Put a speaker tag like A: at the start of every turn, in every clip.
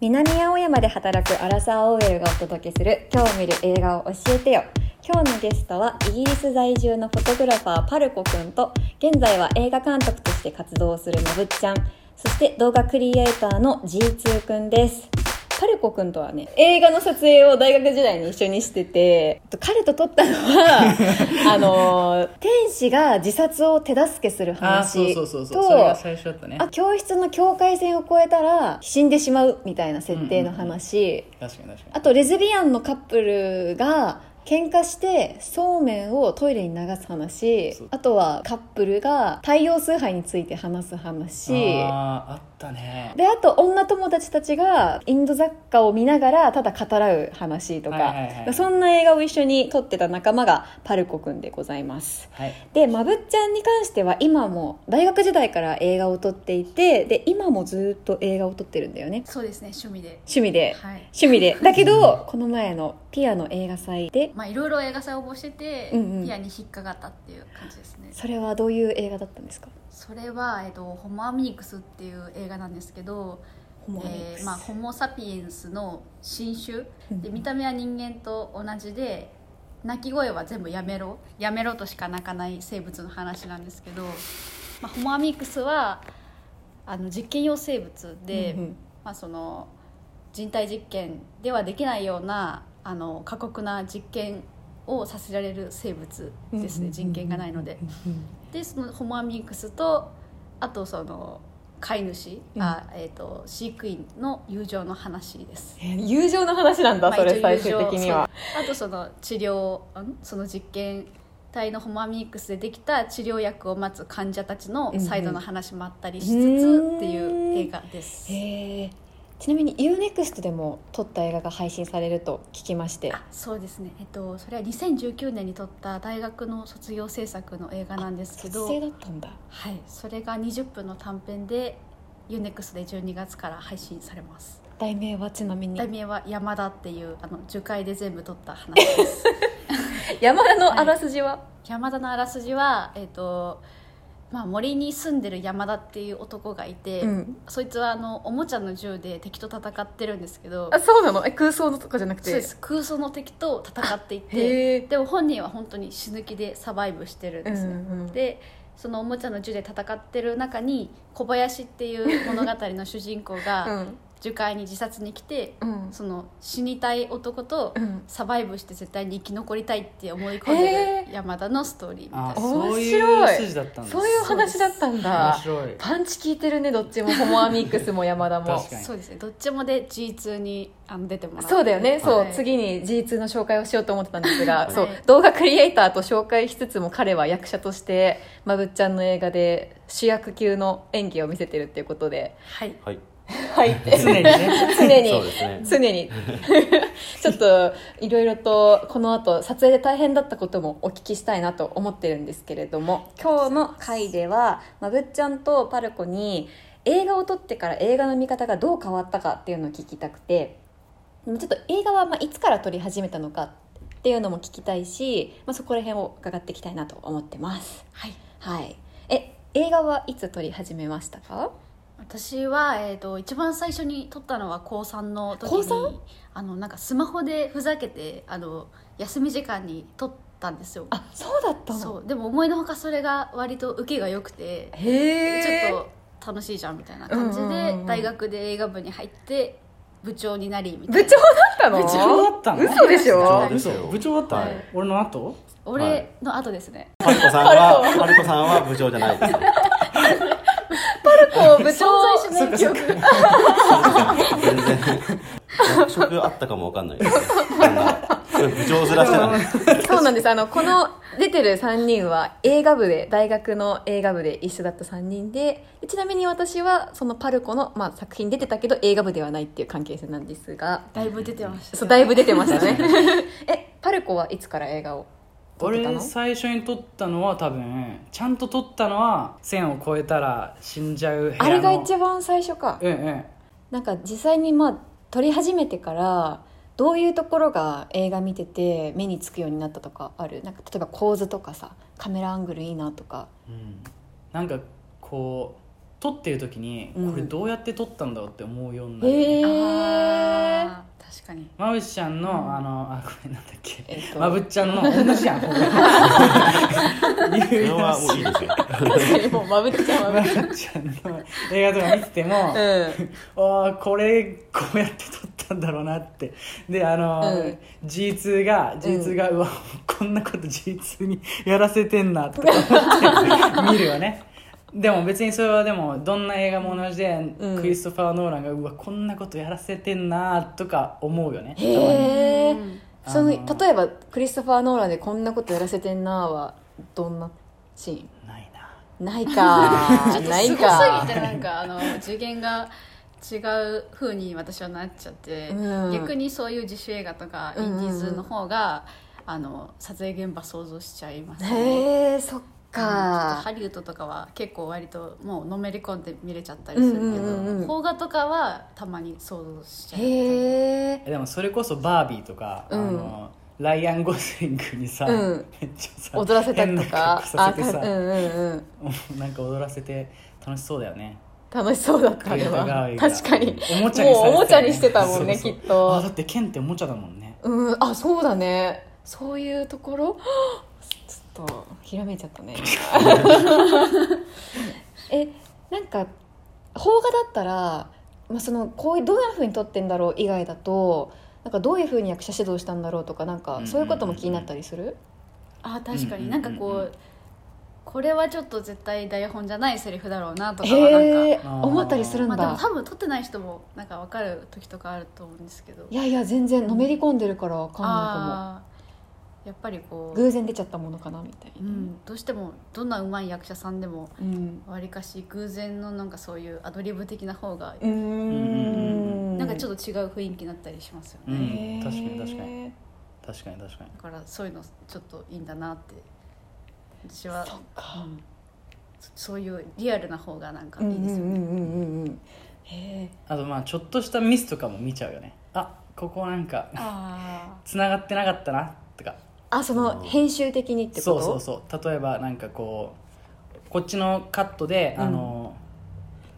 A: 南青山で働くアラサー OL がお届けする今日見る映画を教えてよ今日のゲストはイギリス在住のフォトグラファーパルコくんと現在は映画監督として活動するのぶっちゃんそして動画クリエイターの G2 くんですパルコくんとはね映画の撮影を大学時代に一緒にしてて彼と撮ったの はあの天使が自殺を手助けする
B: あーそう
A: 話
B: そうそうそ
A: と
B: うそれが最初だったね
A: あ教室の境界線を越えたら死んでしまうみたいな設定の話、
B: 確かに確か
A: あとレズビアンのカップルが喧嘩してそうめんをトイレに流す話
B: そう
A: あとはカップルが太陽崇拝について話す話
B: にあーあったね
A: であと女友達たちがインド雑貨を見ながらただ語らう話とか、
B: はいはいはい
A: そんな映画を一緒に撮ってた仲間がパルコくんでございます
B: はい
A: でまぶっちゃんに関しては今も大学時代から映画を撮っていてで今もずっと映画を撮ってるんだよね
C: そうですね趣味で
A: 趣味で
C: はい
A: 趣味 でだけどこの前のピアの映画祭で
C: まあいろいろ映画祭応募してて、
A: うんうん
C: ピアに引っかかったっていう感じですね
A: それはどういう映画だったんですか
C: それは、えっと「ホモ・アミニクス」っていう映画なんですけど
A: ホモアミニクス
C: えーまあ、ホモ・サピエンスの新種
A: うん
C: で見た目は人間と同じで鳴き声は全部やめろやめろとしか鳴かない生物の話なんですけど、まあ、ホモ・アミニクスはあの実験用生物で、
A: うんうん
C: まあ、その人体実験ではできないようなあの過酷な実験をさせられる生物ですね、人権がないので。でそのホモ・アミニクスとあとその飼い主、あえー、と飼育員の友情の話です。
A: えー友情の話なんだ
C: まあ
A: それ
C: 一応
A: 最
C: 友
A: 終
C: 情
A: 的には
C: そうあとその治療んその実験体のホモ・アミニクスでできた治療薬を待つ患者たちの再度の話もあったりしつつっていう映画です。
A: へえちなみに UNEXT でも撮った映画が配信されると聞きまして
C: あそうですね、えっと、それは2019年に撮った大学の卒業制作の映画なんですけ
A: 撮
C: ど、
A: 影だったんだ
C: はい、それが20分の短編で UNEXT で12月から配信されます
A: 題名はちなみに
C: 題名は「山田」っていうあの樹海で全部撮った話です
A: 山田の
C: あら
A: すじは、
C: 山田のあらすじは、えっとまあ、森に住んでる山田っていう男がいて、
A: うん
C: そいつはあのおもちゃの銃で敵と戦ってるんですけど
A: あそうなのえ空想のとかじゃなくて
C: そうです空想の敵と戦っていて
A: へえ
C: でも本人は本当に死ぬ気でサバイブしてるんですね、
A: うんうん
C: でそのおもちゃの銃で戦ってる中に小林っていう物語の主人公 が
A: ん
C: 樹海に自殺に来て、
A: うん
C: その死にたい男と
A: うん
C: サバイブして絶対に生き残りたいって思い込んでる山田のストーリーみた
B: あ
C: い
B: ー
C: な
A: 面白い
B: そういう筋だったんだ
A: そういうお話だったん
B: 面
A: だ
B: 白 い
A: パンチ効いてるねどっちもホモアミックスも山田も
B: 確かに
C: そうですねどっちもで G2 にあの出てもらって
A: そうだよね、そう
C: はい
A: 次に G2 の紹介をしようと思ってたんですが、
C: はい
A: そう動画クリエイターと紹介しつつも彼は役者としてまぶっちゃんの映画で主役級の演技を見せてるっていうことで
C: はい
D: は
A: は
D: い、
A: い
B: 常にね
A: 常に
D: そうですね
A: 常 にちょっといろいろとこの後撮影で大変だったこともお聞きしたいなと思ってるんですけれども今日の回ではまぶっちゃんとパルコに映画を撮ってから映画の見方がどう変わったかっていうのを聞きたくてでもちょっと映画はまあいつから撮り始めたのかっていうのも聞きたいし、まあ、そこら辺を伺っていきたいなと思ってます
C: はい
A: はいえ映画はいつ撮り始めましたか
C: 私は、えー、と一番最初に撮ったのは高3の時
A: 高
C: に
A: 3？
C: あのなんかスマホでふざけてあの休み時間に撮ったんですよ
A: あそうだったの
C: そうでも思いのほかそれが割と受けが良くて、
A: へえ
C: ちょっと楽しいじゃんみたいな感じで、
A: うんうんうん
C: 大学で映画部に入って部長になりみた
A: 部
C: い
A: 長
C: な
A: だったの
B: 部長だったの
A: 嘘でしょ
D: 部長です
B: 嘘
D: よ
B: 部長だったの
D: はい
B: 俺の後
C: 俺の後ですね、
D: パルコさんはパルコさんは部長じゃないですね
A: こう部長
C: 存在しない記憶
D: 全然役職あったかもわかんないですねあんなそれ部長ずらしてない
A: そうなんですあのこの出てる3人は映画部で大学の映画部で一緒だった3人ででちなみに私はそのパルコの、まあ、作品出てたけど映画部ではないっていう関係性なんですが
C: だいぶ出てました
A: そうだいぶ出てましたね えパルコはいつから映画を撮ってた
B: 俺
A: の
B: 最初に撮ったのは多分ちゃんと撮ったのは線を越えたら死んじゃう部屋の
A: あれが一番最初か
B: うんうん
A: なんか実際にまあ撮り始めてからどういうところが映画見てて目につくようになったとかあるなんか例えば構図とかさカメラアングルいいなとか
B: うんなんかこう撮ってる時に
A: うん
B: これどうやって撮ったんだろうって思うようになる、
A: へえ
C: あ
B: ウシちゃんの、あのあごめんなんだっけ
A: えっと
B: まぶっちゃんの同じやんほぼ
D: そ
B: ゆ
D: れ
B: うや
D: はもうい
B: し
D: いですよ
A: もうまぶっちゃうまぶ
B: ま
A: っ
B: ぶ
A: ちゃ
B: っちゃんの映画とか見てて も、
A: ううん
B: ああこれこうやって撮ったんだろうなってであのー、
A: うん
B: G2 が G2 が、うわこんなこと G2 にやらせてんなとか思って見るよねでも別にそれはでもどんな映画も同じで、
A: うん
B: クリストファー・ノーランがうわこんなことやらせてんなとか思うよね
A: へえ
C: うん
A: その
B: あのー
A: 例えばクリストファー・ノーランでこんなことやらせてんなーはどんなシーン
B: ないな
A: ないかない
C: すご
A: か
C: すぎてなんかあの次元が違う風に私はなっちゃって、
A: うん
C: 逆にそういう自主映画とかイ
A: う
C: ン
A: んうんうん
C: ディーズの方が、あの撮影現場想像しちゃいますね。
A: へえそっ
C: うんちょっとハ
A: か
C: リウッドとかは結構割ともうのめり込んで見れちゃったりするけど、
A: うんうんうんうん
C: 邦画とかはたまに想像しちゃう。
A: へえ
B: えでもそれこそバービーとか、
A: うん
B: あのライアン・ゴスリングにさ、
A: うん
B: めっちゃさ
A: 踊らせたりとか
B: 変な格好させてさ
A: あかうんうんうん
B: なんか踊らせて楽しそうだよね
A: 楽しそうだったあれ
B: トヨタガ
A: は
B: ールが
A: 確かに
B: おもちゃに
A: もう
B: さ
A: おもちゃにしてたもんね
B: そうそう
A: きっと
B: あだって剣っておもちゃだもんね
A: うんあそうだねそういうところ ちょっとひらめいちゃった ねえなんか邦画だったら、まあ、そのこういうどんなふうに撮ってんだろう以外だとなんかどういうふうに役者指導したんだろうとかなん
B: うんうん
A: か
B: うん
A: そういうことも気になったりする
C: あ確かに、
B: うん
C: なんかこ
B: うんうんう
C: うんこれはちょっと絶対台本じゃないセリフだろうなとかはなんか
A: へえ
B: か
A: 思ったりするん
C: ま
A: だ、
C: あ、でも多分撮ってない人もなんか分かる時とかあると思うんですけど
A: いやいや全然のめり込んでるからわかんな
C: あーやっぱり
A: い
C: こ
A: かも
C: う、
A: 偶然出ちゃったものかなみたいうな、
C: ん、どうしてもどんな上手い役者さんでも
A: うん
C: わりかし偶然のなんかそういうアドリブ的な方が
A: うーん
C: なんかちょ
A: っ
C: っと違う雰囲気になったりしますよ
B: う
C: ね、
B: ん確かに確かに確かに確かに
C: だからそういうのちょっといいんだなって私は
A: そっか、
C: うんそそういうリアルな方がなんかいいですよね、
A: うんうんうんうんうんへえ
B: あとまあちょっとしたミスとかも見ちゃうよねあここなんか
C: あ
B: つながってなかったなとか
A: あその編集的にってこ
B: そう
A: と
B: そうそう例えばなんかこうこっちのカットで、
A: うん
B: あの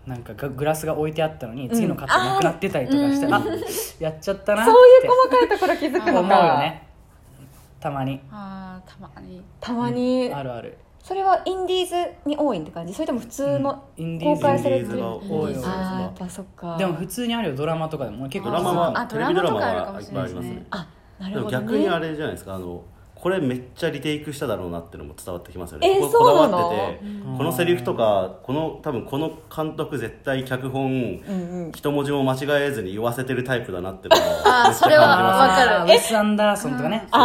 B: なんかがグラスが置いてあったのに、
A: うん
B: 次のカットなくなってたりとかして、
A: あ
B: あやっちゃったなって
A: そういう細かいところ気づく
B: 思
A: の
B: う
A: か
B: よねたまに
C: ーあーたまに
A: たまに、
B: あるある
A: それはインディーズに多いって感じそれとも普通の、
B: うんインディー
A: 公
B: ズ
A: 開され
D: イ
A: て
D: ン
A: る
D: ディーズが多いですね
A: あーやっぱそっか
B: でも普通にあるよドラマとかでも結構
D: ドラマ
C: あ
D: は
C: ー
D: テレビドラマはいっ
C: ドラマとかあるか
D: ぱいあり
C: も
D: ま
C: し
D: す
C: れないです
D: ね
C: ね
A: あな
D: で
A: る
D: も
A: ほど、ね、
D: 逆にあれじゃないですかあのこれめっちゃリテイクしただろうなってのも伝わってきますよね、
A: えー
D: こここだ
A: そうなの
D: わってて、
B: うん
D: このセリフとかこの多分この監督絶対脚本
A: うんうん
D: 一文字も間違えずに言わせてるタイプだなってのも
C: あーそれはわかる
B: あーウェス・アンダーソンとかね
D: あーま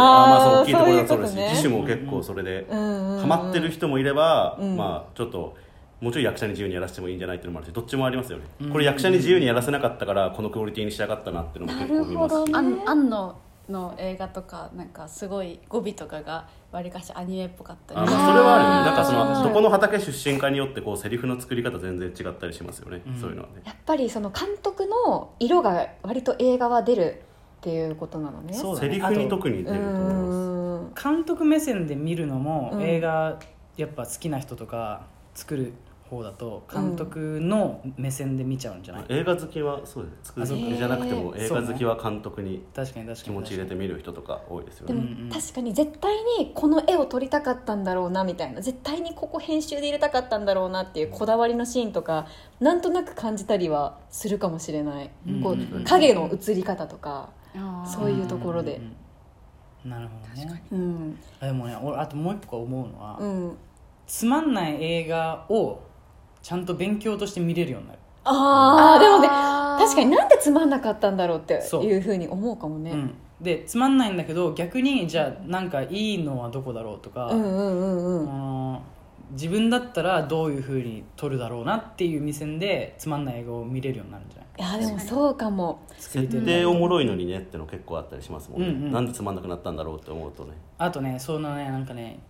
A: あ
D: あ
A: ー
D: 大きいところだとそうです
A: そう
D: し、
A: いうことね
D: 自主も結構それで、
A: うんうんうん
D: ハマってる人もいれば、
A: うん
D: まあちょっともうちょい役者に自由にやらせてもいいんじゃないっていうのもあるしどっちもありますよね、
B: うん
D: これ役者に自由にやらせなかったからこのクオリティに仕上がったなっていうのも結構見ます
A: なるほ
D: し
A: どね
C: あんあんのの映画とかなんかすごい語尾とかがわりかしアニメっぽかったり
D: あまあ、それはあるよねなんかそ
A: あー
D: のどこの畑出身かによってこうセリフの作り方全然違ったりしますよね、
B: うん
D: そういうのはね
A: やっぱりその監督の色が割と映画は出るっていうことなのね
B: そうだ
D: セ
B: ね
D: リフに特に
A: う
D: 出ると思います
A: ん
B: 監督目線で見るのも、
A: うん
B: 映画やっぱ好きな人とか作る方だと監督の目線で見ちゃうんじゃない、
D: 映画好きはそうです作
B: あ
D: り
B: そうか
D: じゃなくても
B: へー
D: 映画好きは監督に
B: 確かに確かに
D: 気持ち入れて見る人とか多いですよ
A: で
D: ね
A: も
B: うんうん
A: 確かに絶対にこの絵を撮りたかったんだろうなみたいな絶対にここ編集で入れたかったんだろうなっていうこだわりのシーンとかなんとなく感じたりはするかもしれない、
B: うん
A: こ
B: う
A: うん影の映り方とか、
C: あー
A: そういうところで
B: んんうんなるほどね
A: うん
B: あでもね俺あともう一個思うのは、
A: うん、
B: つまんない映画をちゃんと勉強として見れるようになる、
A: あーでもね
C: あー
A: 確かになんでつまんなかったんだろうって
B: そう
A: いうふうに思うかもね、
B: うん、でつまんないんだけど逆にじゃあなんかいいのはどこだろうとか、
A: うんうんうんうん
B: あの自分だったらどういうふうに撮るだろうなっていう目線でつまんない映画を見れるようになるんじゃない
A: いやでもそうかも
B: 作り手
D: 設
B: の
D: 定おもろいのにねっての結構あったりしますもんね、
B: うんうん
D: なんでつまんなくなったんだろうって思うとね
B: あとねそのねなんかね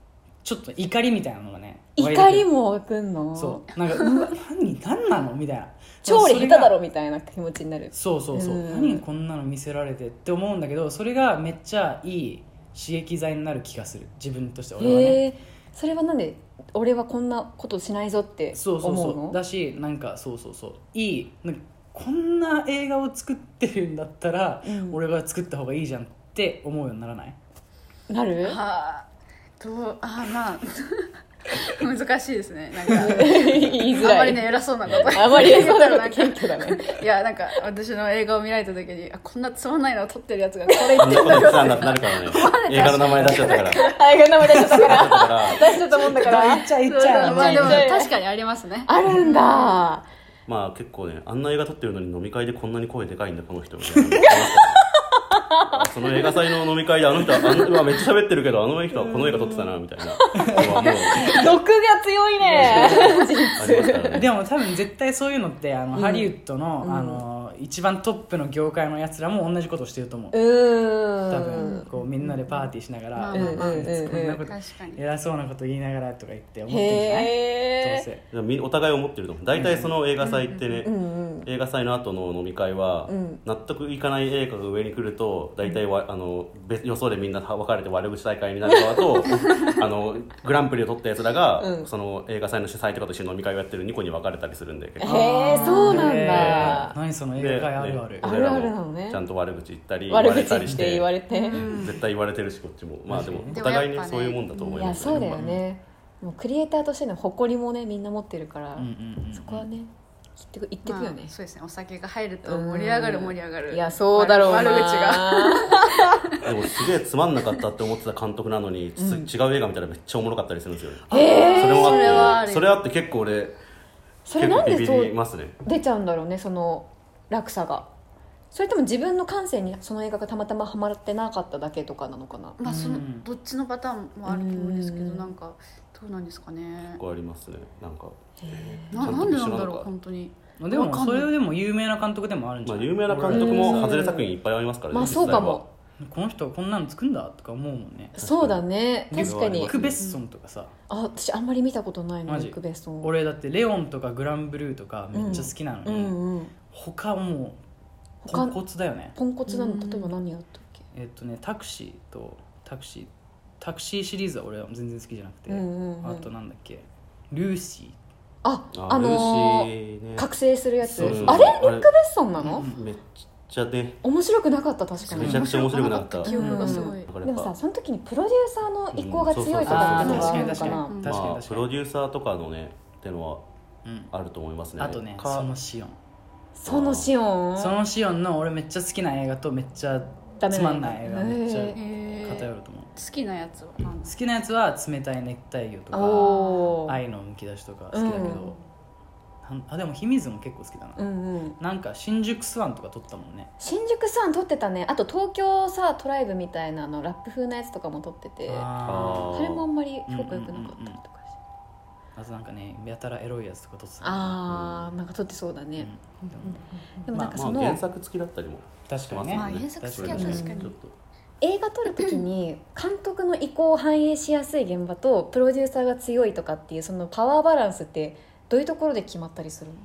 B: ちょっと怒りみたいなのがね
A: 怒り
B: も
A: も湧くの
B: そうなんかうわ何何なのみたいな
A: 調理下手だろ
B: それが
A: みたいな気持ちになる
B: そうそうそう、
A: うん
B: 何こんなの見せられてって思うんだけどそれがめっちゃいい刺激剤になる気がする自分として俺はね
A: へえそれはなんで俺はこんなことしないぞって
B: そう
A: 思う
B: そう
A: の
B: そうだしなんかそうそうそういいなんかこんな映画を作ってるんだったら、
A: うん
B: 俺が作った方がいいじゃんって思うようにならない
A: なる
C: あーどうあーまあ 難しいですねなんか
A: 言いづ
C: あんま
A: ら
C: り
A: い
C: ね偉そうなこと
A: あまりね
C: 言ったらなんか
A: 謙虚だね
C: いやなんか私の映画を見られた時にあこんなつまんないのを撮ってるやつがこれ言
D: こ
C: っ
D: ん
C: て
D: な
C: るんだよ
D: こと言ってたんだってなるからね映画の名前出しちゃっ たから出しち
A: あれが名前出しちゃったか
D: ゃった
A: ら
D: から
A: 出しちゃったもんだから
B: 言っちゃえ言っちゃえ
C: まあで
A: 言
C: も
A: っちゃえ
C: 確かにありますね
A: あるんだ
D: まあ結構ねあんな映画撮ってるのに飲み会でこんなに声でかいんだこの人みたいなその映画祭の飲み会であの人はあのうわめっちゃ喋ってるけどあの人はこの映画撮ってたなみたいなのはもう
A: 毒が強い ね
D: ありますからね
B: でも多分絶対そういうのってあの、
A: うん
B: ハリウッドの,、
A: うん
B: あの一番トップの業界のやつらも同じことしてると思
A: う
B: う
A: ーん
B: 多分こうみんなでパーティーしながら、
C: うんうん
B: こんなこ
C: 確
B: と
C: かに
B: 偉そうなこと言いながらとか言って思ってるんじゃない
A: へ
B: どう
A: え
B: せ
D: でもみお互い思ってると思う大体その映画祭ってね、
A: うんうん
D: 映画祭の後の飲み会は、
A: うん
D: 納得いかない映画が上に来ると大体わ、あの別よそでみんなは別れて悪口大会になる側と あのグランプリを取ったやつらが、
A: うん
D: その映画祭の主催とかと一緒に飲み会をやってる2個に分かれたりするんで結構
A: へーそうなんだ
B: えー何その映画界あるある、
A: あるあるなのね
D: ちゃんと悪口言ったり
A: 悪
D: 言われたり
A: 口って言われて
D: うん絶対言われてるしこっちもまあでも
C: ん
D: お互いね
C: でもやっぱね
D: そういうもんだと思
A: い
D: いま
A: や
D: す
A: そうだよねもうクリエイターとしての誇りもねみんな持ってるから
B: うんうんうん
A: そこはねきっと言ってくよね
C: まあそうですねお酒が入ると盛り上がる盛り上がる
A: いやそうだろうな
C: 悪悪口が
D: でもすげえつまんなかったって思ってた監督なのに、つ違う映画見たらめっちゃおもろかったりするんですよ、それも
C: それは
D: あ
C: あ
D: って
C: る
D: それあって結構俺
A: それなん
D: 結構
A: で
D: ビ
A: そ
D: ビり
A: う
D: ますね
A: 出ちゃうんだろうねその落差がそれとも自分の感性にその映画がたまたまハマってなかっただけとかなのかな
C: まあその
B: うん
C: どっちのパターンもあると思うんですけど
A: うん
C: なんかどうなんですかね
D: 結構ありますねなんか
C: な
D: 監
C: なん
D: 督
C: で
D: 一
C: な
D: 緒
C: ん
D: な
C: だ
D: の
C: ろう
D: か
C: 本当に
B: まあで
C: わ
B: も
C: かんな
B: それ
C: い
B: でも有名な監督でもあるんじ
D: ま
B: ゃ
D: あ
B: ない、
D: 有名な監督も外れ作品いっぱいありますからね
A: まあそうかも
B: この人こんなの作るんだとか思うもんね
A: そうだね
D: 確
A: 確か
D: かに
A: に
B: ルク・ベッソンとかさ、
A: あ私あんまり見たことないの
B: マジ
A: ルックベストン
B: 俺だってレオンとかグランブルーとかめっちゃ好きなの
A: う
B: に、
A: んうん
B: 他もうポ
A: 他
B: ンコツだよね
A: ポンコツなの
C: うん
A: 例えば何やったっけ
B: えっとねタクシーとタクシータクシーシリーズは俺は全然好きじゃなくて、
A: うんうんうん
B: あとなんだっけルーシ
A: あ
D: あ
A: あのー
D: ルーシーね
A: 覚醒するやつ
B: そうそう
A: あれ
D: あれ
A: ルックベッソンなの
D: めっちゃね
A: 面白くなかった確か
D: め
A: に
D: ちゃくちゃ面白くなった
C: 記憶がすごい、
A: う
D: だから
A: で
D: やっ
A: もさ
D: ぱ
A: その時にプロデューサーの意向が強いとかっていうのがあるのかな
B: うん確かに確
D: まあ
B: かに
D: プロデューサーとかのねってのは
B: ー、うん
D: あると思いますね
B: あとね
D: か
B: そのシオン
A: そのシオン
B: そのシオンの俺めっちゃ好きな映画とめっちゃ
A: ダメ
B: つ
A: な
B: ま
A: 映画
B: んない映画めっちゃ
C: へー
B: 偏ると思う
C: 好きなやつは何です
B: 好きなやつは冷たい熱帯魚とか
A: おー
B: 愛のむき出しとか好きだけど、なんあでも秘密も結構好きだな、
A: うんうん
B: なんか新宿スワンとか撮ったもんね
A: 新宿さん撮ってたねあと東京さトライブみたいなあのラップ風なやつとかも撮っててあ
B: あ
D: ー
A: れもあんまり評価良くなかったりとかして、
B: ーあとなんかねやたらエロいやつとか撮ってた
A: あーなんか撮ってそうだ
B: うん
A: ね、
B: でも
A: でもなんかその、
D: まあ、原作付きだったりも
B: 確かにね、
C: まあ原作付きは確かに
D: ちょっと
A: 映画撮る時に監督の意向を反映しやすい現場とプロデューサーが強いとかっていうそのパワーバランスってどういうところで決まったりするの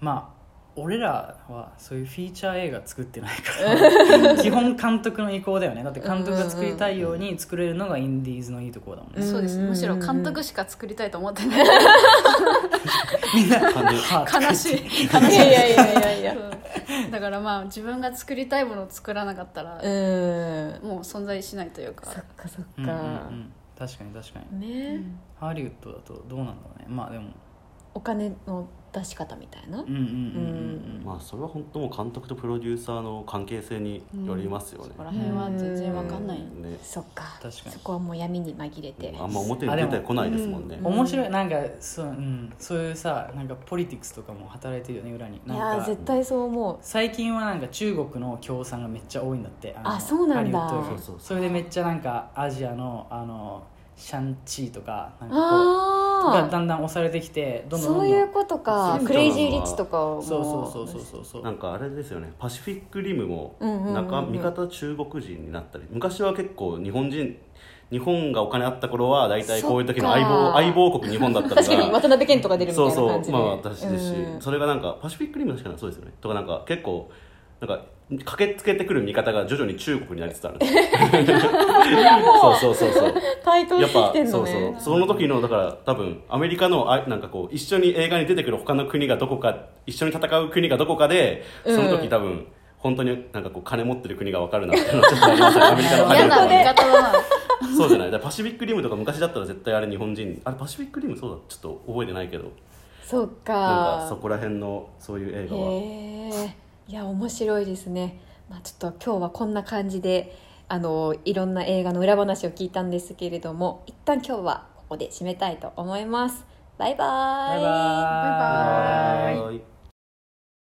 B: まあ俺らはそういうフィーチャー映画作ってないから基本監督の意向だよねだって監督が作りたいように作れるのがインディーズのいいところだもんね、
A: うん
C: そうです
A: うん
C: むしろ監督しか作りたいと思ってない
D: 感じ
B: はあ
C: 悲しい
A: いやいやいやいやいや
C: そうだからまあ自分が作りたいものを作らなかったら、
A: うーん
C: もう存在しないというか
A: そっかそっ
B: うんうんう
A: か、
B: ん、確かに確かに
A: ね、
B: ハリウッドだとどうなんだろうねまあでも
A: お金の出し方みたいな、
B: うんうんうんうん
D: まあそれは本当もう監督とプロデューサーの関係性によりますよね
C: そ、こら辺は全然わかんない、
D: うんね
A: そっか
B: 確かに
A: そこはもう闇に紛れて
D: あんま表に出てこないですもんね、
A: あでも
B: 面白いなんかそう,、うん、そういうさなんかポリティクスとかも働いてるよね裏に
A: い
B: な
A: や
B: ん
A: ー
B: か
A: 絶対そう思う
B: 最近はなんか中国の共産がめっちゃ多いんだっての
A: あそうなんだ
B: ハリウッド映画
D: そうそうそう
B: それでめっちゃなんかアジアのあのシャンチーとかなんかこうが
A: あ
B: だ
A: あ
B: んだん押されてきてどんどんど
A: そうんい
B: ど
A: うんことか
D: そう
A: クレイジーリッチとかをも
B: そうそうそうそうそうそ
D: な
B: うん
D: かあれですよねパシフィックリムも
A: うんうんうんうん
D: 中味方中国人になったり昔は結構日本人日本がお金あった頃は大体こういう時の相
A: そっ
D: 棒
A: か
D: 相棒国日本だったのが
A: 確かに渡辺謙とか出るみたい
D: そう
A: な感じ
D: そう
A: で
D: まあ私ですし、
A: うん
D: それがなんかパシフィックリム確かにそうですよねとかなんか結構なんか駆けつけてくる味方が徐々に中国になりつつあるんです よ そうそうそうそう
A: 対等
D: や
A: し
D: って
A: き
D: ぱ
A: てん
D: そ
A: の
D: う
A: ね
D: そうその時のだから多分アメリカのあなんかこう一緒に映画に出てくる他の国がどこか一緒に戦う国がどこかでその
A: う
D: 時
A: ん
D: 多分、本当になんかこう金持ってる国が分かるなっていうのはちょっとありますよアメリカの金
C: 嫌
D: 持
C: な
D: っ
C: 見
D: てる
C: 方だな
D: 国そうじゃないだからパシフィックリムとか昔だったら絶対あれ日本人あれパシフィックリムそうだちょっと覚えてないけど
A: そっ
D: なんか
A: か
D: そこら辺のそういう映画は
A: へえいや面白いですね、まあ、ちょっと今日はこんな感じであのいろんな映画の裏話を聞いたんですけれども一旦今日はここで締めたいと思いますバイバー
B: バイバーイ
D: はーい